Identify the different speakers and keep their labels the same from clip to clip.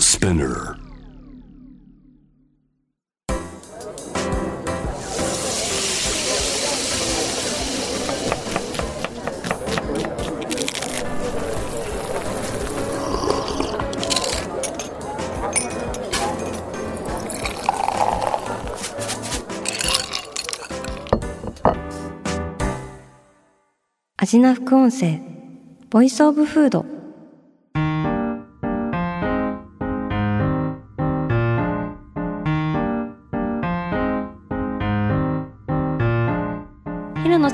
Speaker 1: Spinner.
Speaker 2: アジナ副音声ボイスオブフード平野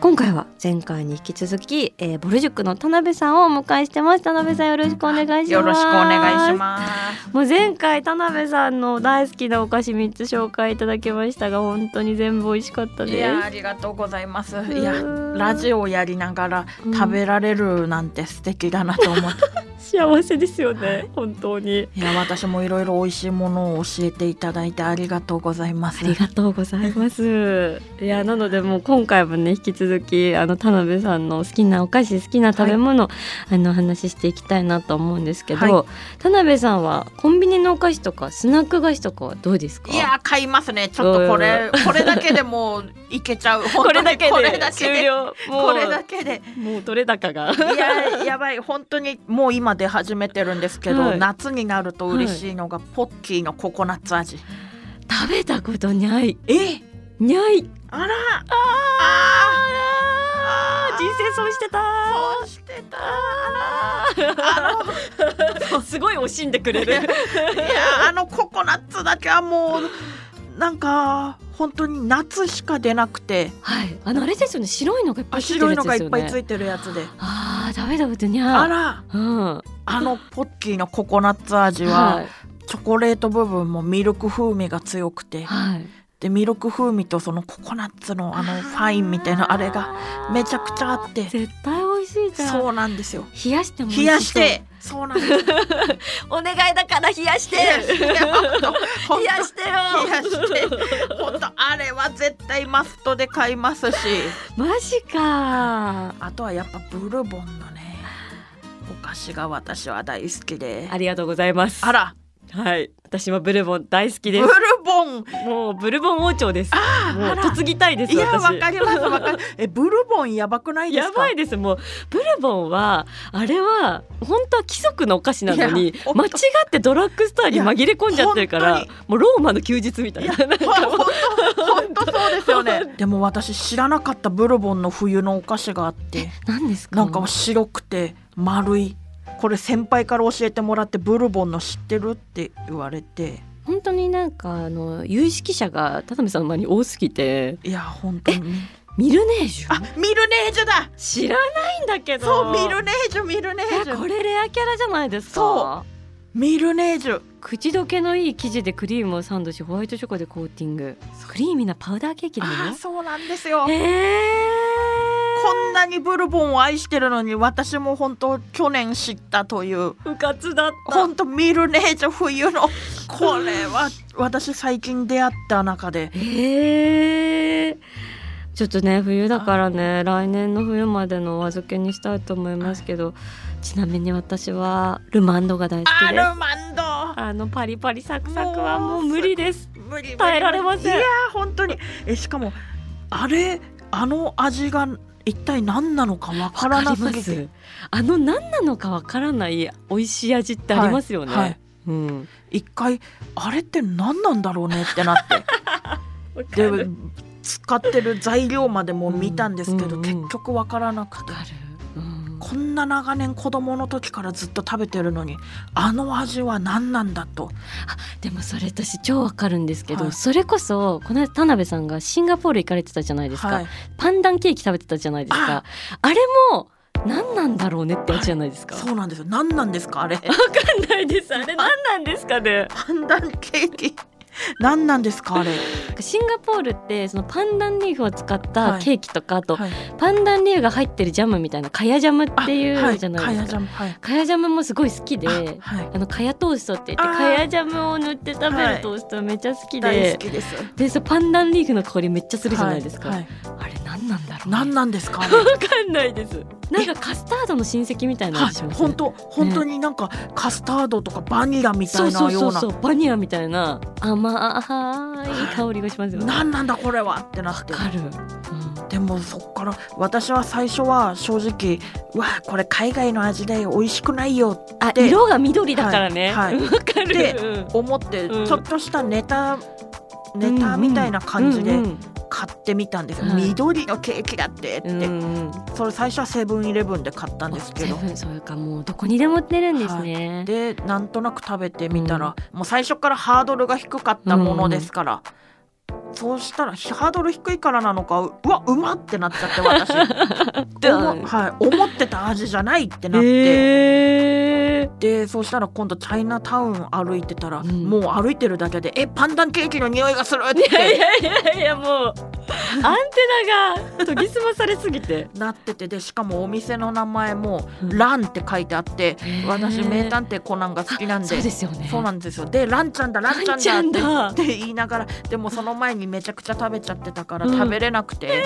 Speaker 2: 今回は前回に引き続き、えーボル塾の田辺さんをお迎えしてます田辺さんよろしくお願いします
Speaker 3: よろしくお願いします。
Speaker 2: もう前回田辺さんの大好きなお菓子3つ紹介いただきましたが本当に全部美味しかった
Speaker 3: い
Speaker 2: で
Speaker 3: やありがとうございます。
Speaker 2: す
Speaker 3: いやラジオやりながら食べられるなんて素敵だなと思 って、
Speaker 2: 幸せですよね本当に
Speaker 3: いや私もいろいろ美味しいものを教えていただいてありがとうございます。
Speaker 2: ありがとうございます いやなのでもう今回もね引き続きあの田辺さんの好きなお菓子好きな食べ物、あのお話ししていきたいなと思うんですけど、
Speaker 3: は
Speaker 2: 田辺さんはコンビニのお菓子とかスナック菓子とかはどうですか
Speaker 3: いや買いますね。ちょっとこれこれだけでもういけちゃう。
Speaker 2: これだけ
Speaker 3: 本当にこれ
Speaker 2: で
Speaker 3: だけ
Speaker 2: 終
Speaker 3: で。
Speaker 2: 了もう
Speaker 3: これだけで
Speaker 2: もうどれ高が
Speaker 3: いややばい本当にもう今出始めてるんですけど、
Speaker 2: はい
Speaker 3: 夏になると嬉しいのがポッキーのココナッツ味、
Speaker 2: 食べたことない
Speaker 3: え
Speaker 2: にゃい
Speaker 3: あらあ
Speaker 2: あ
Speaker 3: ー
Speaker 2: 人生損してた
Speaker 3: そうしてたあの
Speaker 2: すごい惜しんでくれる
Speaker 3: いやあのココナッツだけはもうなんか本当に夏しか出なくて
Speaker 2: はいあのあれですよね白いのがいっぱ
Speaker 3: あ
Speaker 2: いついて
Speaker 3: 白
Speaker 2: る
Speaker 3: い
Speaker 2: や
Speaker 3: の
Speaker 2: つで
Speaker 3: がい
Speaker 2: す
Speaker 3: っ
Speaker 2: よ
Speaker 3: ぱ
Speaker 2: ね
Speaker 3: いついてるやつで
Speaker 2: あー食べたことにゃ
Speaker 3: あら
Speaker 2: うん
Speaker 3: あのポッキーのココナッツ味はチョコレート部分もミルク風味が強くて
Speaker 2: はい
Speaker 3: でミルク風味とそのココナッツのあのファインみたいなあれがめちゃくちゃあって
Speaker 2: 絶対美味しいじゃん
Speaker 3: そうなんですよ
Speaker 2: 冷やしても美味
Speaker 3: 冷
Speaker 2: しそう
Speaker 3: やしてそうなんですよ
Speaker 2: お願いだから冷やして
Speaker 3: 冷やして ほんと
Speaker 2: 冷やしてよ
Speaker 3: 冷やして本当あれは絶対マストで買いますし
Speaker 2: マジか
Speaker 3: あとはやっぱブルボンのねお菓子が私は大好きで
Speaker 2: ありがとうございます
Speaker 3: あら
Speaker 2: はい私はブルボン大好き
Speaker 3: ブ
Speaker 2: で
Speaker 3: ル
Speaker 2: す
Speaker 3: ボン
Speaker 2: もうブルボン王朝ですも
Speaker 3: あ
Speaker 2: う
Speaker 3: ら
Speaker 2: 嫁ぎたいです
Speaker 3: いや
Speaker 2: 私
Speaker 3: わかりますわかるえブルボンやばくないです
Speaker 2: や
Speaker 3: か
Speaker 2: ばいですもうブルボンはあれは本当は貴族のお菓子なのに
Speaker 3: いや
Speaker 2: 間違ってドラッグストアに紛れ込んじゃってるか
Speaker 3: いや
Speaker 2: ら
Speaker 3: 本
Speaker 2: もうローマの休日みたい
Speaker 3: い
Speaker 2: な
Speaker 3: や
Speaker 2: なんかもう
Speaker 3: 本当本当そうですよねでも私知らなかったブルボンの冬のお菓子があって
Speaker 2: 何ですか
Speaker 3: なんか白くて丸いこれ先輩から教えてもらってブルボンの知ってるって言われて
Speaker 2: 本当になんかあの有識者が田辺さんの前に多すぎて
Speaker 3: いや本当に
Speaker 2: ミルネージ
Speaker 3: あ
Speaker 2: ュ
Speaker 3: ミルネージュだ
Speaker 2: 知らないんだけど
Speaker 3: そうミルネージュミルネー
Speaker 2: え
Speaker 3: ジュ
Speaker 2: これレアキャラじゃないですか
Speaker 3: そミルネージュ
Speaker 2: 口どけのいい生地でクリームをサンドしホワイトチョコでコーティングクリーミーなパウダーケーキな
Speaker 3: あ
Speaker 2: の
Speaker 3: ーそうなんですよ
Speaker 2: へえ
Speaker 3: こんなにブルボンを愛してるのに私も本当去年知ったという
Speaker 2: 部活だった
Speaker 3: 本当ミルネージュ冬のこれは私最近出会った中で
Speaker 2: へえちょっとね冬だからね来年の冬までのお預けにしたいと思いますけど、ちなみに私はルマンドが大好き
Speaker 3: アル
Speaker 2: です
Speaker 3: マンド
Speaker 2: あのパリパリサクサクはもう無理です
Speaker 3: 無理無理
Speaker 2: 耐えられません
Speaker 3: いやー本当にえしかもあれあの味が一体何なのかわからなすぎて
Speaker 2: あの何なのかわからない美味しい味ってありますよね、
Speaker 3: はいはい
Speaker 2: うん
Speaker 3: 一回あれって何なんだろうねってなって
Speaker 2: わか
Speaker 3: で
Speaker 2: る
Speaker 3: 使ってる材料までも見たんですけど、
Speaker 2: うん
Speaker 3: 結局わからなくて、
Speaker 2: うん
Speaker 3: こんな長年子供の時からずっと食べてるのにあの味は何なんだと
Speaker 2: でもそれ私超わかるんですけど、
Speaker 3: はい
Speaker 2: それこそこの間田辺さんがシンガポール行かれてたじゃないですか、
Speaker 3: はい、
Speaker 2: パンダンケーキ食べてたじゃないですか
Speaker 3: あ
Speaker 2: あれも何なんだろうねってやつじゃない ですか
Speaker 3: そうなんですよ何なんですか あれ
Speaker 2: んないですあれ何なんですかね
Speaker 3: パンダンケーキ何なんですかあれ
Speaker 2: シンガポールってそのパンダンリーフを使った
Speaker 3: はい
Speaker 2: ケーキとか、あと
Speaker 3: はい、
Speaker 2: パンダンリーフが入ってるジャムみたいなカヤジャムっていうじゃないですか。
Speaker 3: かやジャムはい
Speaker 2: カヤジャムもすごい好きで。
Speaker 3: あはい
Speaker 2: あのカヤトーストって言って
Speaker 3: あー
Speaker 2: カヤジャムを塗って食べ
Speaker 3: は
Speaker 2: る
Speaker 3: い
Speaker 2: トーストめっちゃ好きで、
Speaker 3: 大好きです
Speaker 2: でそうパンダンリーフの香りめっちゃするじゃないですか、
Speaker 3: はいはい
Speaker 2: あれ何なんだろう
Speaker 3: 何
Speaker 2: わ
Speaker 3: なんですか、ね、
Speaker 2: かんないですなんかカスタードの親戚みたいな
Speaker 3: は
Speaker 2: 味し
Speaker 3: い
Speaker 2: ますね
Speaker 3: 本当本当になんかカスタードとかバニラみた
Speaker 2: そう
Speaker 3: い
Speaker 2: そ
Speaker 3: な
Speaker 2: う
Speaker 3: よ
Speaker 2: そうう
Speaker 3: な
Speaker 2: そうバニラみたいな甘い香りがしますよねわ
Speaker 3: 何なんだこれはってなって
Speaker 2: かる、うん
Speaker 3: でもそっから私は最初は正直うわこれ海外の味で美味しくないよっ
Speaker 2: あ
Speaker 3: で
Speaker 2: 色が緑だから ねわ、
Speaker 3: はいはい
Speaker 2: かる
Speaker 3: で
Speaker 2: うん
Speaker 3: て思って、
Speaker 2: うん
Speaker 3: ちょっとしたネタネタみたいな感じ
Speaker 2: う
Speaker 3: で
Speaker 2: んうん
Speaker 3: 買ってみたんですよ、
Speaker 2: はい
Speaker 3: 緑のケーキだってって、
Speaker 2: うんうん
Speaker 3: それ最初はセブンイレブンで買ったんですけど
Speaker 2: セブンそういうかもうどこにでも売ってるんですね、
Speaker 3: でなんとなく食べてみたら、もう最初からハードルが低かったものですから、そうしたらハードル低いからなのかううわうまってなっちゃって 私で
Speaker 2: うん
Speaker 3: はい、思ってた味じゃないってなって、
Speaker 2: えー
Speaker 3: でそうしたら今度チャイナタウン歩いてたら、
Speaker 2: うん
Speaker 3: もう歩いてるだけで「えパンダンケーキの匂いがする!」っ
Speaker 2: いやい
Speaker 3: て
Speaker 2: やいやいやもうアンテナが研ぎ澄まされすぎて
Speaker 3: なっててでしかもお店の名前も「
Speaker 2: うん
Speaker 3: ラン」って書いてあって
Speaker 2: へー
Speaker 3: 私名探偵コナンが好きなん
Speaker 2: あそう
Speaker 3: で
Speaker 2: ですよね
Speaker 3: そうなんですよ。で、ランちゃんだ、ランちゃん
Speaker 2: ランち
Speaker 3: だ
Speaker 2: ゃんだ
Speaker 3: ってって言いながら、でもその前にめちゃくちゃ食べちゃってたから
Speaker 2: うん
Speaker 3: 食べれなくて、
Speaker 2: えー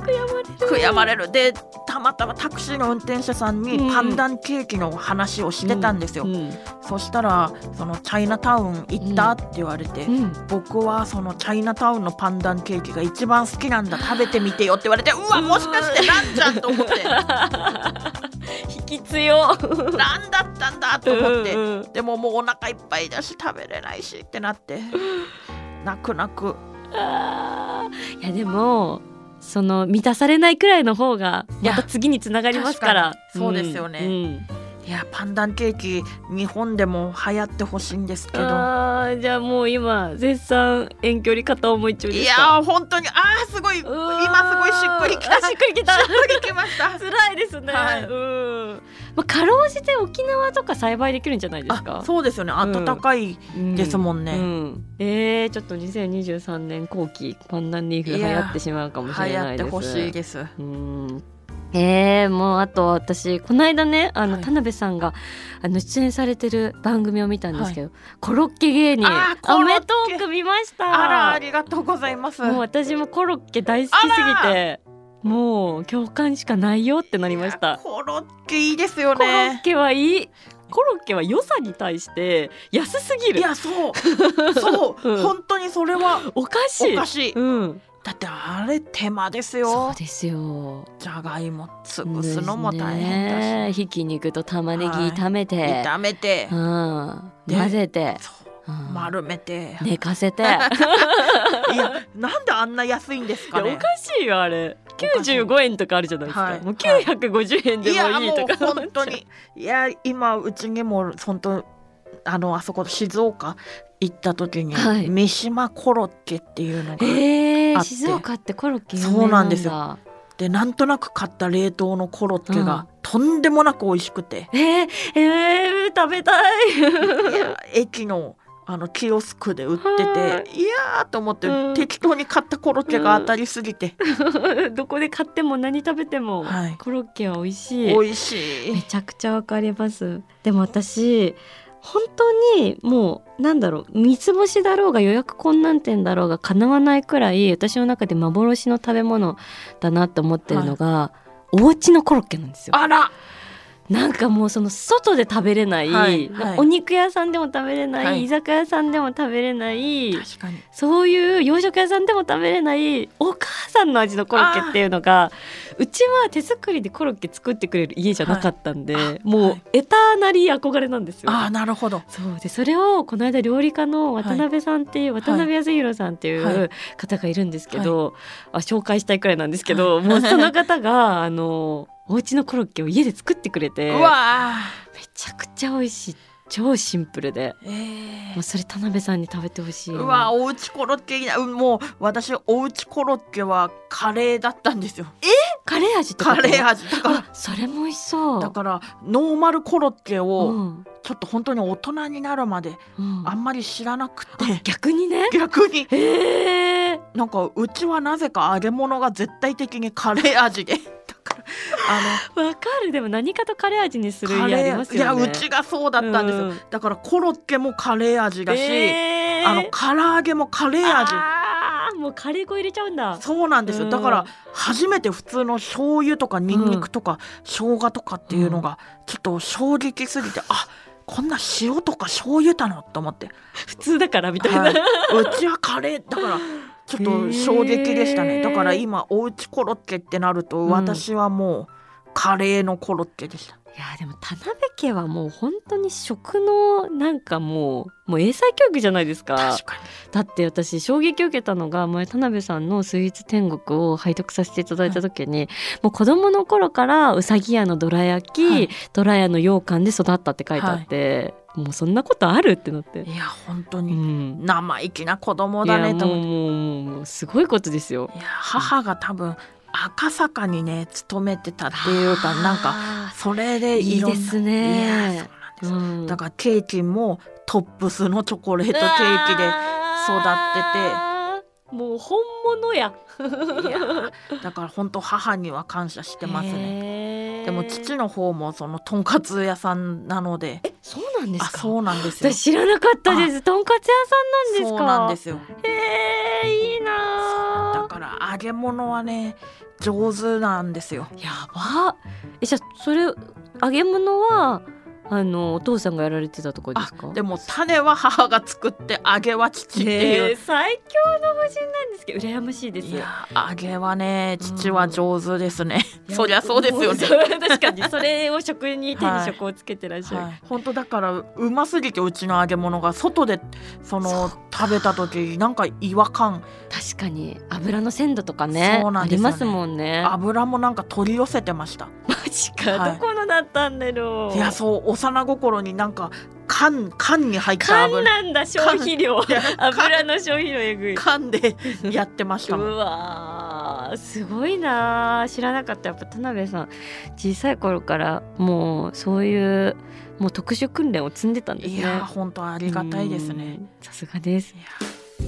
Speaker 2: 悔やまれる
Speaker 3: 悔やまれる。で、たまたまタクシーの運転手さんに
Speaker 2: うん
Speaker 3: パンダンケーキの話をしてたんですよ。
Speaker 2: うん
Speaker 3: そしたら、そのチャイナタウン行ったって言われて、
Speaker 2: うん
Speaker 3: 僕はそのチャイナタウンのパンダンケーキが一番好きなんだ食べてみてよって言われてうわ
Speaker 2: うわ
Speaker 3: もしかしてランちゃんと思ってラン
Speaker 2: 引き強
Speaker 3: だったんだと思って
Speaker 2: うんうん
Speaker 3: でももうお腹いっぱいだし食べれないしってなって泣く泣く
Speaker 2: あーいやでもその満たされないくらいの方が
Speaker 3: いや
Speaker 2: また次につながりますから
Speaker 3: 確かにそうですよね
Speaker 2: ん
Speaker 3: いやパンダンケーキ日本でも流行ってほしいんですけど
Speaker 2: あーじゃあもう今絶賛遠距離片思い中
Speaker 3: い
Speaker 2: ですか
Speaker 3: やー本当にあーすごい今す
Speaker 2: う
Speaker 3: ご
Speaker 2: わー
Speaker 3: いしっくりきた
Speaker 2: あしっくりきた
Speaker 3: しっくりきま した
Speaker 2: 辛いですね、
Speaker 3: はい
Speaker 2: うんまあ、かろうじて沖縄とか栽培できるんじゃないですか
Speaker 3: あそうですよね
Speaker 2: うん
Speaker 3: 暖かい、
Speaker 2: うん
Speaker 3: ですもんね
Speaker 2: うんえー、ちょっと2023年後期パンダンリーフが流行ってしまうかもし
Speaker 3: 流
Speaker 2: れ
Speaker 3: 行
Speaker 2: な
Speaker 3: っ
Speaker 2: い
Speaker 3: て
Speaker 2: です
Speaker 3: ほしいです
Speaker 2: うんえー、もうあと私この間ねあの、
Speaker 3: はい
Speaker 2: 田辺さんがあの出演されてる番組を見たんですけど、コロッケ芸人
Speaker 3: あー
Speaker 2: ア
Speaker 3: コロッケ
Speaker 2: メトーク見ました
Speaker 3: あらありがとうございます
Speaker 2: もう私もコロッケ大好きすぎてもう共感しかないよってなりまし
Speaker 3: いや
Speaker 2: た
Speaker 3: コロッケいいですよ
Speaker 2: コロッ
Speaker 3: ね
Speaker 2: ケはいいコロッケは良さに対して安すぎ
Speaker 3: い
Speaker 2: る
Speaker 3: やそうそ う、
Speaker 2: うん
Speaker 3: 本当にそれは
Speaker 2: おかしい
Speaker 3: おかしい
Speaker 2: うん、
Speaker 3: だってあれ手間です
Speaker 2: そ
Speaker 3: よ
Speaker 2: うですよ
Speaker 3: じゃがいも潰すのも大変だし、
Speaker 2: だしひき肉と玉ねぎ
Speaker 3: はい
Speaker 2: 炒めて、
Speaker 3: 炒めて、
Speaker 2: うん、
Speaker 3: で
Speaker 2: 混ぜて、
Speaker 3: そう
Speaker 2: うん
Speaker 3: 丸めて、
Speaker 2: 寝かせて
Speaker 3: いやなんであんな安いんです
Speaker 2: い
Speaker 3: か
Speaker 2: やお
Speaker 3: ね
Speaker 2: かしいよあれ95円とかあるじゃないですか、
Speaker 3: はい
Speaker 2: もう950円で
Speaker 3: いや
Speaker 2: もいい
Speaker 3: も
Speaker 2: と
Speaker 3: う
Speaker 2: か思っちゃう
Speaker 3: 本当にいや今うちにも本当あのあそこ静岡行った時に、
Speaker 2: はい
Speaker 3: 三島コロッケっていうのが、
Speaker 2: え
Speaker 3: あ
Speaker 2: ー、
Speaker 3: って
Speaker 2: 静岡ってコロッケ有名
Speaker 3: そうなん
Speaker 2: だ
Speaker 3: ですよでなんとなく買った冷凍のコロッケが、とんでもなく美味しくて
Speaker 2: えー、えー、食べた
Speaker 3: い
Speaker 2: い
Speaker 3: や駅のあのキオスクで売ってて、、
Speaker 2: はい
Speaker 3: やーと思って、
Speaker 2: うん
Speaker 3: 適当に買ったコロッケが当たりすぎて、
Speaker 2: どこで買っても何食べても、
Speaker 3: はい
Speaker 2: コロッケは美味しい
Speaker 3: 美味し
Speaker 2: め
Speaker 3: い
Speaker 2: ちゃくちゃわかりますでも私本当にもうなんだろう三つ星だろうが予約困難店だろうが叶わないくらい私の中で幻の食べ物だなって思ってるのが、お家のコロッケなんですよ
Speaker 3: あら
Speaker 2: なんかもうその外で食べれない、
Speaker 3: はいはい
Speaker 2: お肉屋さんでも食べれない、
Speaker 3: はい
Speaker 2: 居酒屋さんでも食べれない
Speaker 3: 確かに
Speaker 2: そういう洋食屋さんでも食べれないお母さんの味のコロッケっていうのがうちは手作りでコロッケ作ってくれる家じゃなかったんで、
Speaker 3: はいあ
Speaker 2: も
Speaker 3: は
Speaker 2: う
Speaker 3: い
Speaker 2: エターナリー憧れなんですよ。
Speaker 3: ああなるほど
Speaker 2: そうでそれをこの間料理家の渡辺さんっていう、
Speaker 3: はい
Speaker 2: 渡辺康弘さんってい
Speaker 3: は
Speaker 2: う方がいるんですけど、あ紹介したいくらいなんですけど、もうその方があのお家のコロッケを家で作ってくれて
Speaker 3: うわ
Speaker 2: めちゃくちゃ美味しい超シンプルで
Speaker 3: ーえ
Speaker 2: もうそれ田辺さんに食べてほしいな
Speaker 3: ーうわおうちコロッケいいなうんもう私おうちコロッケはカレーだったんですよ
Speaker 2: カレー味ってこ
Speaker 3: カ
Speaker 2: と
Speaker 3: レー味だから
Speaker 2: あそれも美味しそう
Speaker 3: だからノーマルコロッケ
Speaker 2: う
Speaker 3: を
Speaker 2: ん
Speaker 3: ちょっと本当に大人になるまで
Speaker 2: うん
Speaker 3: あんまり知らなくて、
Speaker 2: あ逆にね
Speaker 3: 逆に
Speaker 2: へえ
Speaker 3: なんかうちはなぜか揚げ物が絶対的にカレー味でだから あ
Speaker 2: わかるでも何かとカレー味にす
Speaker 3: の
Speaker 2: る家あ
Speaker 3: カレ
Speaker 2: りま
Speaker 3: ー
Speaker 2: す
Speaker 3: い
Speaker 2: よ
Speaker 3: や
Speaker 2: ね
Speaker 3: うちがそうだったんですよ、
Speaker 2: う
Speaker 3: だからコロッケもカレー味だし、
Speaker 2: えー
Speaker 3: あの唐揚げもカレー味
Speaker 2: あーもうカレー粉入れちゃうんだ
Speaker 3: そうなんですよ、
Speaker 2: うん
Speaker 3: だから初めて普通の醤油とかニンニクとか生姜とかっていうのがちょっと衝撃すぎて、あこんな塩とか醤油だなと思って、
Speaker 2: 普通だからみたいな、
Speaker 3: はい、うちはカレーだからちょっと衝撃でした
Speaker 2: へ
Speaker 3: ね
Speaker 2: ー
Speaker 3: だから今おうちコロッケってなると
Speaker 2: うん
Speaker 3: 私はもうカレーのコロッケでした、
Speaker 2: いやでも田辺家はもう本当に食のなんかもうもう英才教育じゃないですか
Speaker 3: 確かに
Speaker 2: だって私衝撃を受けたのが前田辺さんのスイーツ天国を拝読させていただいた時に、もう子供の頃からうさぎ屋のどら焼き、
Speaker 3: はい
Speaker 2: どら屋の羊羹で育ったって書いてあって、もうそんなことあるってなって、
Speaker 3: いや本当
Speaker 2: う
Speaker 3: に
Speaker 2: ん、
Speaker 3: 生意気な子供
Speaker 2: い
Speaker 3: だ
Speaker 2: や
Speaker 3: ねと
Speaker 2: もう
Speaker 3: 思って
Speaker 2: もうもうもうすごいことですよ。
Speaker 3: いや母が多分赤坂にね勤めてたっていうかなんか
Speaker 2: か、
Speaker 3: それで
Speaker 2: い
Speaker 3: い
Speaker 2: い
Speaker 3: ろんな
Speaker 2: です
Speaker 3: い
Speaker 2: ね
Speaker 3: やそうなんですよ、
Speaker 2: うん
Speaker 3: だからケーキもトップスのチョコレートケーキで
Speaker 2: ててもう本物や
Speaker 3: いやーだから本当母には感謝してますね
Speaker 2: ね
Speaker 3: でも父の方もそのとんかつ屋さんなので
Speaker 2: そうなんです
Speaker 3: あ
Speaker 2: か
Speaker 3: そうなんですよ
Speaker 2: 私知らなかったですとんかつ屋さんなんですか
Speaker 3: そうなんですよ
Speaker 2: へえいい
Speaker 3: だ
Speaker 2: な
Speaker 3: から揚げ物はね上手なんですよ
Speaker 2: ーやばえじゃあそれ揚げ物はあのお父さんがやられてたとこですか
Speaker 3: あでも種は母が作って揚げは父っていう
Speaker 2: えー最強の夫人なんですけど羨ましいです
Speaker 3: いやー揚げはね父は上手ですね、
Speaker 2: いや
Speaker 3: そりゃそうですよね
Speaker 2: もうそう確かにそれを食 に手に
Speaker 3: はい
Speaker 2: 食をつけてらっしゃる、
Speaker 3: はい、本当だからうますぎてうちの揚げ物が外で
Speaker 2: そ
Speaker 3: その
Speaker 2: っ
Speaker 3: 食べた時なんか違和感
Speaker 2: 確かに油の鮮度とかね
Speaker 3: そうな
Speaker 2: あ
Speaker 3: んで
Speaker 2: り
Speaker 3: すよね
Speaker 2: ますもんね
Speaker 3: 油もなんか取り寄せてました
Speaker 2: マジか、
Speaker 3: はい
Speaker 2: どこのだったんだろう
Speaker 3: いやそう幼心になんか缶缶に入った
Speaker 2: 缶
Speaker 3: 油
Speaker 2: なんだ消費量
Speaker 3: いや
Speaker 2: 油の消費量えぐい
Speaker 3: 缶でやってまし
Speaker 2: う
Speaker 3: たもん
Speaker 2: わーすごいなー知らなかったやっぱ田辺さん小さい頃からもうそういうもう特殊訓練を積んでたんですね
Speaker 3: いやー本当ありがたいですね
Speaker 2: うんさすがです
Speaker 3: いや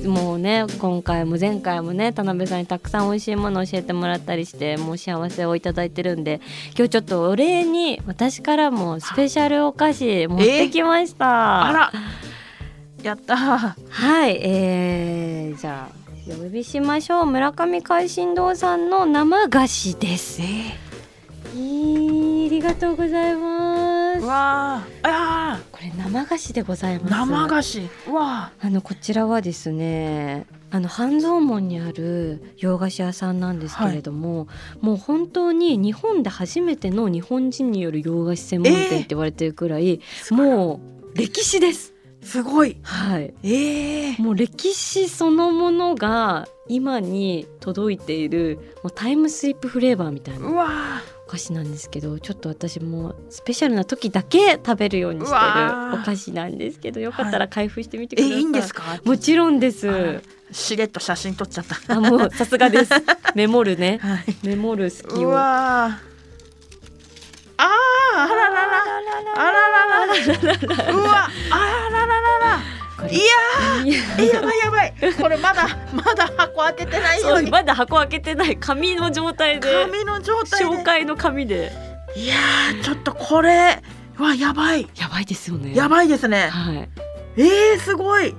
Speaker 2: もうね今回も前回もね田辺さんにたくさん美味しいものを教えてもらったりしてもう幸せをいただいてるんで今日ちょっとお礼に私からもスペシャルお菓子持ってきました、
Speaker 3: あらやったー
Speaker 2: はい、えー、じゃあ呼びしましょう村上海進堂さんの生菓子です、いいありがとうございま
Speaker 3: う
Speaker 2: す
Speaker 3: わーあ
Speaker 2: これ生菓子でございま
Speaker 3: ー
Speaker 2: す
Speaker 3: 生菓子うわ
Speaker 2: あのこちらはですねあの半蔵門にある洋菓子屋さんなんですけれども、もう本当に日本で初めての日本人による洋菓子専門店って言われてるくらい、
Speaker 3: ー
Speaker 2: もう歴史です
Speaker 3: ーすごい
Speaker 2: はい
Speaker 3: ええー、
Speaker 2: もう歴史そのものが今に届いているもうタイムスリップフレーバーみたいな
Speaker 3: うわー
Speaker 2: お菓子なんですけどちょっと私もスペシャルな時だけ食べるようにしてる
Speaker 3: うわー
Speaker 2: お菓子なんですけどよかったら開封してみてく
Speaker 3: え
Speaker 2: ださい、
Speaker 3: いいんですか
Speaker 2: もちろんです
Speaker 3: あらしれっと写真撮っちゃった
Speaker 2: あ もうさすがですメモるね
Speaker 3: はい
Speaker 2: メモる好き
Speaker 3: う
Speaker 2: をあ
Speaker 3: わーあーあらららあらららうわあらららら
Speaker 2: これ
Speaker 3: い
Speaker 2: いや
Speaker 3: えやばいやばいこれまだまだ箱開けてないよ
Speaker 2: そうう
Speaker 3: に
Speaker 2: まだ箱開けてない紙の状態で
Speaker 3: 紙の状態で
Speaker 2: 紹介の紙で
Speaker 3: いやーちょっとこれうわやばい
Speaker 2: やばいですよね
Speaker 3: やばいですね
Speaker 2: はい
Speaker 3: えー、すごい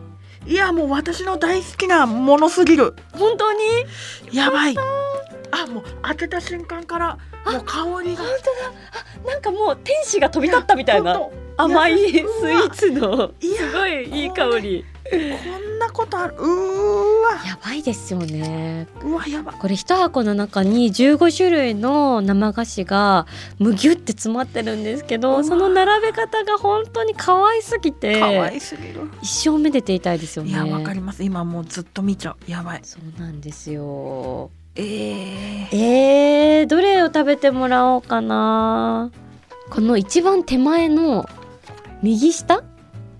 Speaker 3: いやもう私の大好きなものすぎる
Speaker 2: 本当に
Speaker 3: やばいあもう開けた瞬間からもう香りが
Speaker 2: 本当だあなんかもう天使が飛び立ったみたいな
Speaker 3: ほんと
Speaker 2: 甘いスイ
Speaker 3: や
Speaker 2: ーツの
Speaker 3: いや
Speaker 2: すごいいい香り
Speaker 3: こんなことあるうーわ
Speaker 2: やばいですよね
Speaker 3: うわやばい
Speaker 2: これ一箱の中に15種類の生菓子がむぎゅって詰まってるんですけ
Speaker 3: う
Speaker 2: ど
Speaker 3: わ
Speaker 2: その並べ方が本当に可愛すぎて
Speaker 3: 可愛すぎる
Speaker 2: 一生めでていたいですよね
Speaker 3: いやわかります今もうずっと見ちゃうやばい
Speaker 2: そうなんですよ
Speaker 3: えー、
Speaker 2: えー、どれを食べてもらおうかなこの一番手前の右下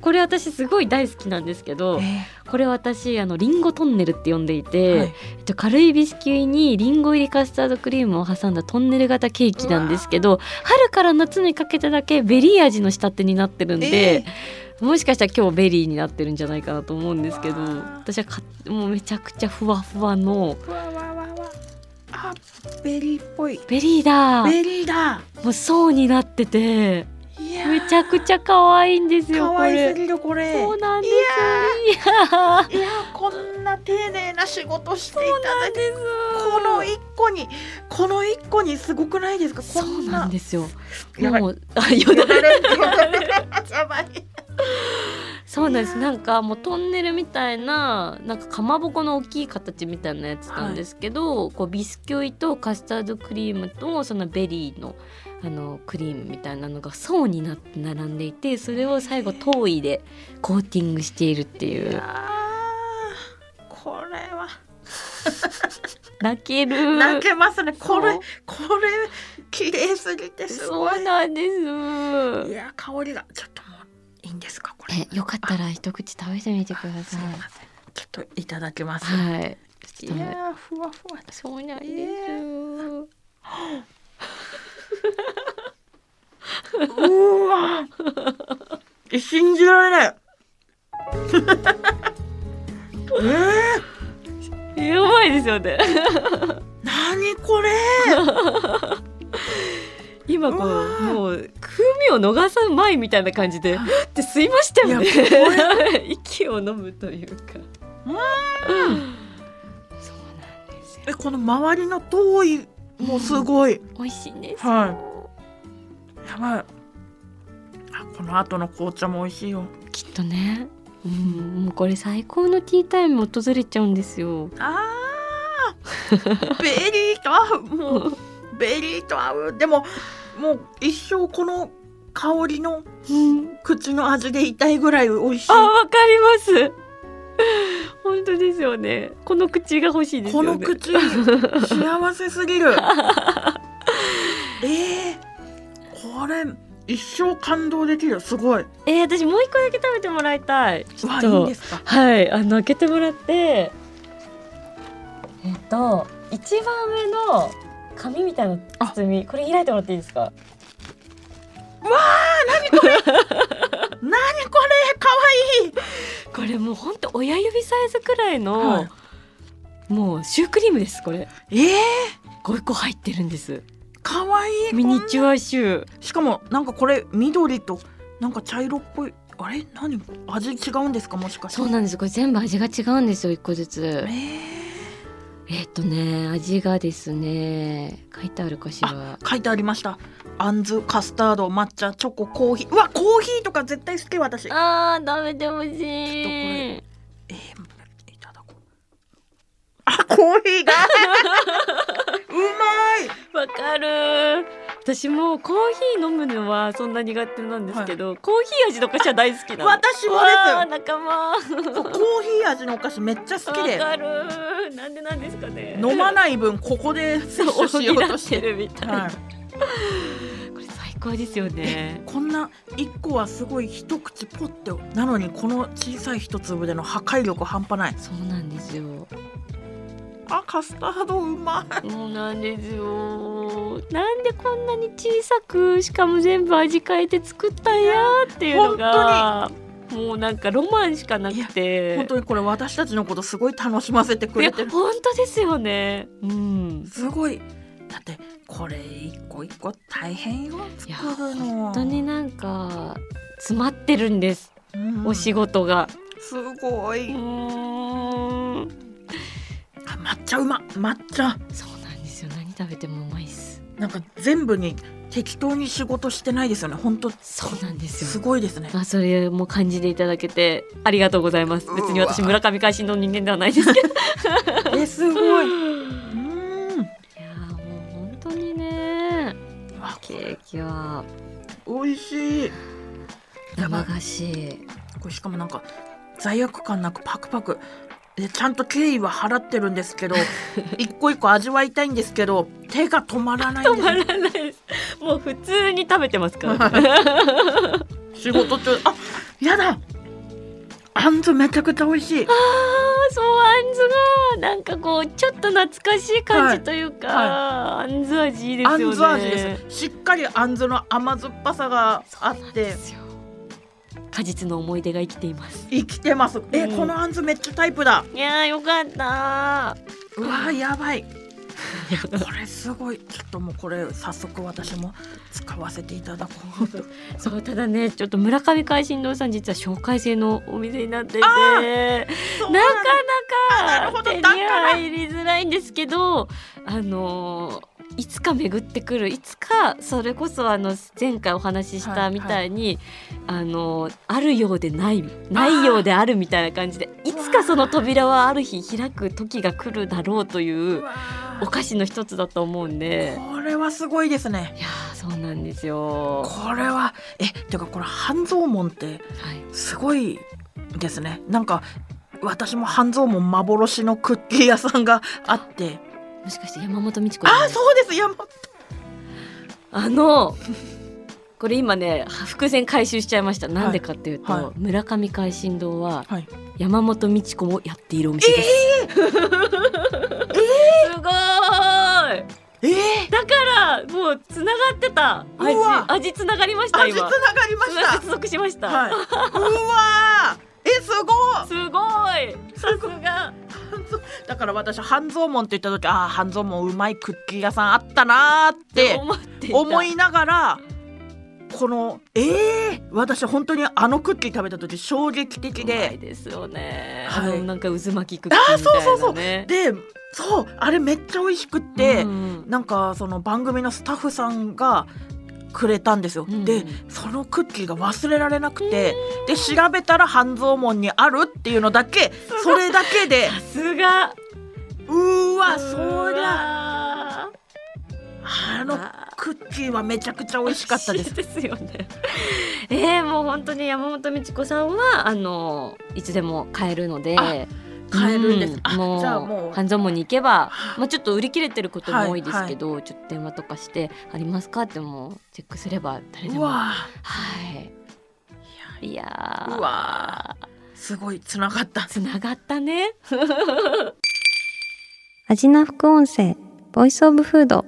Speaker 2: これ私すごい大好きなんですけど
Speaker 3: え
Speaker 2: これ私あのリンゴトンネルって呼んでいて、
Speaker 3: はい
Speaker 2: えっと、軽いビスキュイにリンゴ入りカスタードクリームを挟んだトンネル型ケーキなんですけど春から夏にかけてだけベリー味の仕立てになってるんで、もしかしたら今日ベリーになってるんじゃないかなと思うんですけど
Speaker 3: うわー
Speaker 2: 私はかもうめちゃくちゃふわふわの
Speaker 3: えーわわわわあベリーっぽい
Speaker 2: ベリーだ
Speaker 3: ベリーだ
Speaker 2: もう層になってて
Speaker 3: いやー
Speaker 2: めちゃくちゃ可愛いんですよ
Speaker 3: 可
Speaker 2: こ
Speaker 3: 愛す
Speaker 2: れ。
Speaker 3: ぎるこれ
Speaker 2: そうなんですいやー
Speaker 3: いやーこんな丁寧な仕事していただいて
Speaker 2: です
Speaker 3: この一個にこの一個にすごくないですかこ
Speaker 2: そうんな
Speaker 3: なん
Speaker 2: ですよ。
Speaker 3: やばい
Speaker 2: もうあよだ
Speaker 3: よ
Speaker 2: れ
Speaker 3: だれよだれやばい
Speaker 2: そうなんです
Speaker 3: いやー
Speaker 2: なんかもうトンネルみたいななんかかまぼこの大きい形みたいなやつなんですけど、こうビスキュイとカスタードクリームとそのベリーのあのクリームみたいなのが層になって並んでいてそれを最後遠いでコーティングしているってい
Speaker 3: いうやーこれは
Speaker 2: 泣ける
Speaker 3: 泣けますねこれ
Speaker 2: そう
Speaker 3: これ綺麗すぎてすご
Speaker 2: そ
Speaker 3: いう
Speaker 2: なんで
Speaker 3: い
Speaker 2: す
Speaker 3: やー香りがちょっともういいんですかこれ
Speaker 2: えよかったら一口食べてみてくだ
Speaker 3: す
Speaker 2: さ
Speaker 3: い
Speaker 2: い
Speaker 3: ませんちょっといただきます、
Speaker 2: はいち
Speaker 3: い
Speaker 2: ょっとね
Speaker 3: やーふわふわ
Speaker 2: そうなんです、
Speaker 3: いやうわえ信じられない えー、
Speaker 2: やばいですよね
Speaker 3: 何これ
Speaker 2: 今こ
Speaker 3: うわ
Speaker 2: う
Speaker 3: ー
Speaker 2: もう風味を逃さん前みたいな感じでって吸いましたよね
Speaker 3: いやこ
Speaker 2: 息を飲むというか
Speaker 3: うん
Speaker 2: そうなんですよ
Speaker 3: えこの周りの遠いもうすごい、
Speaker 2: 美味しいんです
Speaker 3: はいやばいあこの後の紅茶も美味しいよ
Speaker 2: きっとねうんもうこれ最高のティータイム訪れちゃうんですよ
Speaker 3: あ ーベリーと合うもうベリーと合うでももう一生この香りの
Speaker 2: うん
Speaker 3: 口の味でいたいぐらい美味しい
Speaker 2: あわかります 本当ですよねこの口が欲しいですよ
Speaker 3: こ
Speaker 2: ね
Speaker 3: の口幸せすぎ るえー、これ一生感動できるすごい
Speaker 2: えー、私もう一個だけ食べてもらいたいちょっ
Speaker 3: わい
Speaker 2: と
Speaker 3: いんですか
Speaker 2: はい、あの開けてもらって。えっと、一番上の紙みたいな包み、これ開いてもらっていいですか。
Speaker 3: 何これか
Speaker 2: これもう本当親指サイズくらいの、
Speaker 3: はい
Speaker 2: もうシュークリームです。これ、
Speaker 3: わいいえ
Speaker 2: 五個入ってるんです。
Speaker 3: ー、かわいい
Speaker 2: ミニ
Speaker 3: こん
Speaker 2: チュアシュー。
Speaker 3: しかもなんかこれ緑となんか茶色っぽいあれ何味違うんですかもしかして
Speaker 2: そうなんです。これ全部味が違うんですよ。一個ずつ
Speaker 3: え。
Speaker 2: えっとね、味がですね、書いてあるかしら。
Speaker 3: ー、書いてありましたあんずカスタード抹茶チョココーヒーうわコーヒーとか絶対好き私え
Speaker 2: あー、食べてほし
Speaker 3: と
Speaker 2: い
Speaker 3: これ。ー、いただこうあコーヒ ーがうまい
Speaker 2: わかる私もコーヒー飲むのはそんな苦手なんですけど、コーヒー味の菓子は大好きなの
Speaker 3: 私も
Speaker 2: わあ
Speaker 3: で
Speaker 2: 仲間わ
Speaker 3: すコーヒー味のお菓子めっちゃ好きで
Speaker 2: かるなんでなんですかね
Speaker 3: 飲ま
Speaker 2: な
Speaker 3: ない分ここで摂取しようとして
Speaker 2: てるみたいな、
Speaker 3: はい
Speaker 2: これ最高ですよね
Speaker 3: こんな一個はすごい一口ポッてなのにこの小さい一粒での破壊力半端ない
Speaker 2: そうなんですよ
Speaker 3: あカスタードうまい
Speaker 2: そうなんですよなんでこんなに小さくしかも全部味変えて作ったんやーっていうのがもうなんかロマンしかなくて
Speaker 3: 本当にこれ私たちのことすごい楽しませてく
Speaker 2: いや
Speaker 3: れてる
Speaker 2: 本当ですよね。うん。
Speaker 3: すごいだってこれ一個一個大変よ
Speaker 2: いや
Speaker 3: 作るの
Speaker 2: 本当になんか詰まってるんです。
Speaker 3: うん
Speaker 2: お仕事が。
Speaker 3: すご
Speaker 2: う
Speaker 3: い
Speaker 2: ーん。
Speaker 3: あ抹茶うま抹茶
Speaker 2: そうなんですよ。何食べてもうまいっす。
Speaker 3: なんか全部に適当に仕事してないですよね本当
Speaker 2: そうなんです
Speaker 3: す
Speaker 2: よ。
Speaker 3: ごいですね
Speaker 2: まあそれも感じていただけてありがとうございます。別に私
Speaker 3: うわ
Speaker 2: 村上会心の人間ではないですけど。
Speaker 3: えすごいうん
Speaker 2: いやーもう本当にね。
Speaker 3: あこ
Speaker 2: ケ
Speaker 3: れ
Speaker 2: ーキは
Speaker 3: 美味しいやば
Speaker 2: 生
Speaker 3: い
Speaker 2: 菓子。
Speaker 3: これしかもなんか罪悪感なくパクパクでちゃんと敬意は払ってるんです けど一個一個味わいたいんですけど手が止まらないん
Speaker 2: 止
Speaker 3: で
Speaker 2: ますらないです。もう普通に食べてますからね。
Speaker 3: 仕事中あやだあんずめちゃくちゃ美味しい
Speaker 2: ああそうあんずがなんかこうちょっと懐かしい感じというか、
Speaker 3: は
Speaker 2: あんず味いいですよ
Speaker 3: あ
Speaker 2: ね
Speaker 3: んず味ですしっかりあんずの甘酸っぱさがあ
Speaker 2: そうな
Speaker 3: っ
Speaker 2: んで
Speaker 3: て
Speaker 2: すよ果実の思い出が生きています
Speaker 3: 生きてますえ、
Speaker 2: うん
Speaker 3: このあんずめっちゃタイプだ
Speaker 2: いやーよかった
Speaker 3: うわーやばいこれすごいちょっともうこれ早速私も使わせていただこうと
Speaker 2: そうただねちょっと村上海進堂さん実は紹介制のお店になっていて
Speaker 3: あ
Speaker 2: なか
Speaker 3: あなる
Speaker 2: な
Speaker 3: ほ
Speaker 2: か
Speaker 3: ど
Speaker 2: 手に
Speaker 3: だから
Speaker 2: 入りづらいんですけどあのーいつか巡ってくるいつかそれこそあの前回お話ししたみたいに、あのーあるようでないないようであるみたいな感じでいつかその扉はある日開く時が来るだろうという
Speaker 3: うわ
Speaker 2: お菓子の一つだと思うんで
Speaker 3: ーこれはすごいですね
Speaker 2: いやーそうなんですよ。
Speaker 3: これはえてかこれ半蔵門って
Speaker 2: はい
Speaker 3: すごいですねなんか私も半蔵門幻のクッキー屋さんがあって
Speaker 2: もしかして山本美智子さん
Speaker 3: あそうです山本
Speaker 2: あのこれ今ね伏線回収しちゃいましたなんでかっていうと、
Speaker 3: はいは
Speaker 2: 村上海進堂は
Speaker 3: はい
Speaker 2: 山本美智子もやっているお店 です、すごーい
Speaker 3: えー、
Speaker 2: だからもうつながってた味
Speaker 3: うわ
Speaker 2: 味つながりました
Speaker 3: 味つ
Speaker 2: 今
Speaker 3: ながりました
Speaker 2: 接続しました、
Speaker 3: はいうわーえすごい
Speaker 2: すごいさすが
Speaker 3: だから私半蔵門って言った時ああ半蔵門うまいクッキー屋さんあったなーって
Speaker 2: 思っていた
Speaker 3: 思いながらこのええー、私本当にあのクッキー食べた時衝撃的
Speaker 2: うまい
Speaker 3: で
Speaker 2: ですよね、
Speaker 3: はい
Speaker 2: あのなんか渦巻きクッキーみたいな、ね、
Speaker 3: あそうそうでそうあれめっちゃ美味しくって、
Speaker 2: うん
Speaker 3: なんかその番組のスタッフさんがくれたんですよ、
Speaker 2: うん
Speaker 3: でそのクッキーが忘れられなくて、で調べたら半蔵門にあるっていうのだけそれだ けで
Speaker 2: さすが
Speaker 3: うーわ
Speaker 2: あ
Speaker 3: そりゃ
Speaker 2: ゃ
Speaker 3: あのクッキーはめちゃくちゃ美味しかったです。
Speaker 2: 美味しいですよね。 えー、もう本当に山本美智子さんはあのいつでも買えるので
Speaker 3: あ買えるんです
Speaker 2: う。
Speaker 3: あ
Speaker 2: もう
Speaker 3: じゃあもう
Speaker 2: 半蔵門に行けば
Speaker 3: は、あ
Speaker 2: まあ、ちょっと売り切れてることも多いですけど、ちょっと電話とかして「ありますか?」ってもうチェックすれば誰で
Speaker 3: う
Speaker 2: もは
Speaker 3: わ
Speaker 2: いいやー
Speaker 3: うわすごいつながった。
Speaker 2: つながったね
Speaker 1: 味な副音声ボイスオブフード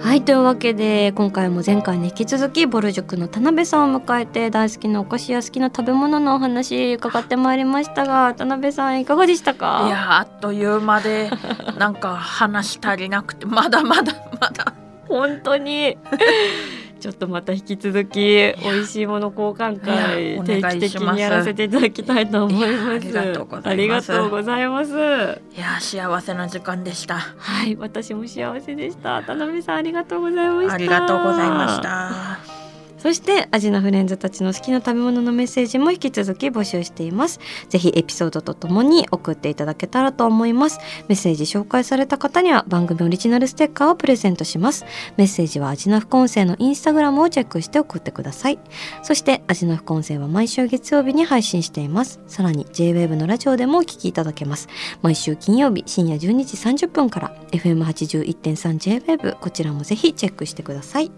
Speaker 2: はいというわけで今回も前回に引き続きボル塾の田辺さんを迎えて大好きなお菓子や好きな食べ物のお話伺ってまいりましたが田辺さんいかがでしたか
Speaker 3: いやーあっという間でなんか話足りなくてまだまだまだ
Speaker 2: 本当 にちょっとまた引き続き美味しいもの交換
Speaker 3: い
Speaker 2: 会
Speaker 3: やお願い
Speaker 2: 定
Speaker 3: し
Speaker 2: 期的
Speaker 3: ます
Speaker 2: にやらせていただきたいと思います
Speaker 3: いやありがとうございます
Speaker 2: ありがとうございます
Speaker 3: いやー幸せな時間でした。
Speaker 2: はい私も幸せでした田辺さんありがとうございました
Speaker 3: ありがとうございました。
Speaker 2: そしてアジナフレンズたちの好きな食べ物のメッセージも引き続き募集していますぜひエピソードとともに送っていただけたらと思いますメッセージ紹介された方には番組オリジナルステッカーをプレゼントしますメッセージはアジナ副音声のインスタグラムをチェックして送ってくださいそしてアジナ副音声は毎週月曜日に配信していますさらに JWAVE のラジオでもお聞きいただけます毎週金曜日深夜12時30分から FM81.3JWAVE こちらもぜひチェックしてください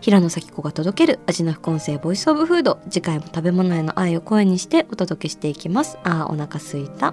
Speaker 2: 平野咲子が届ける味の副音声ボイスオブフード次回も食べ物への愛を声にしてお届けしていきますあーお腹すいた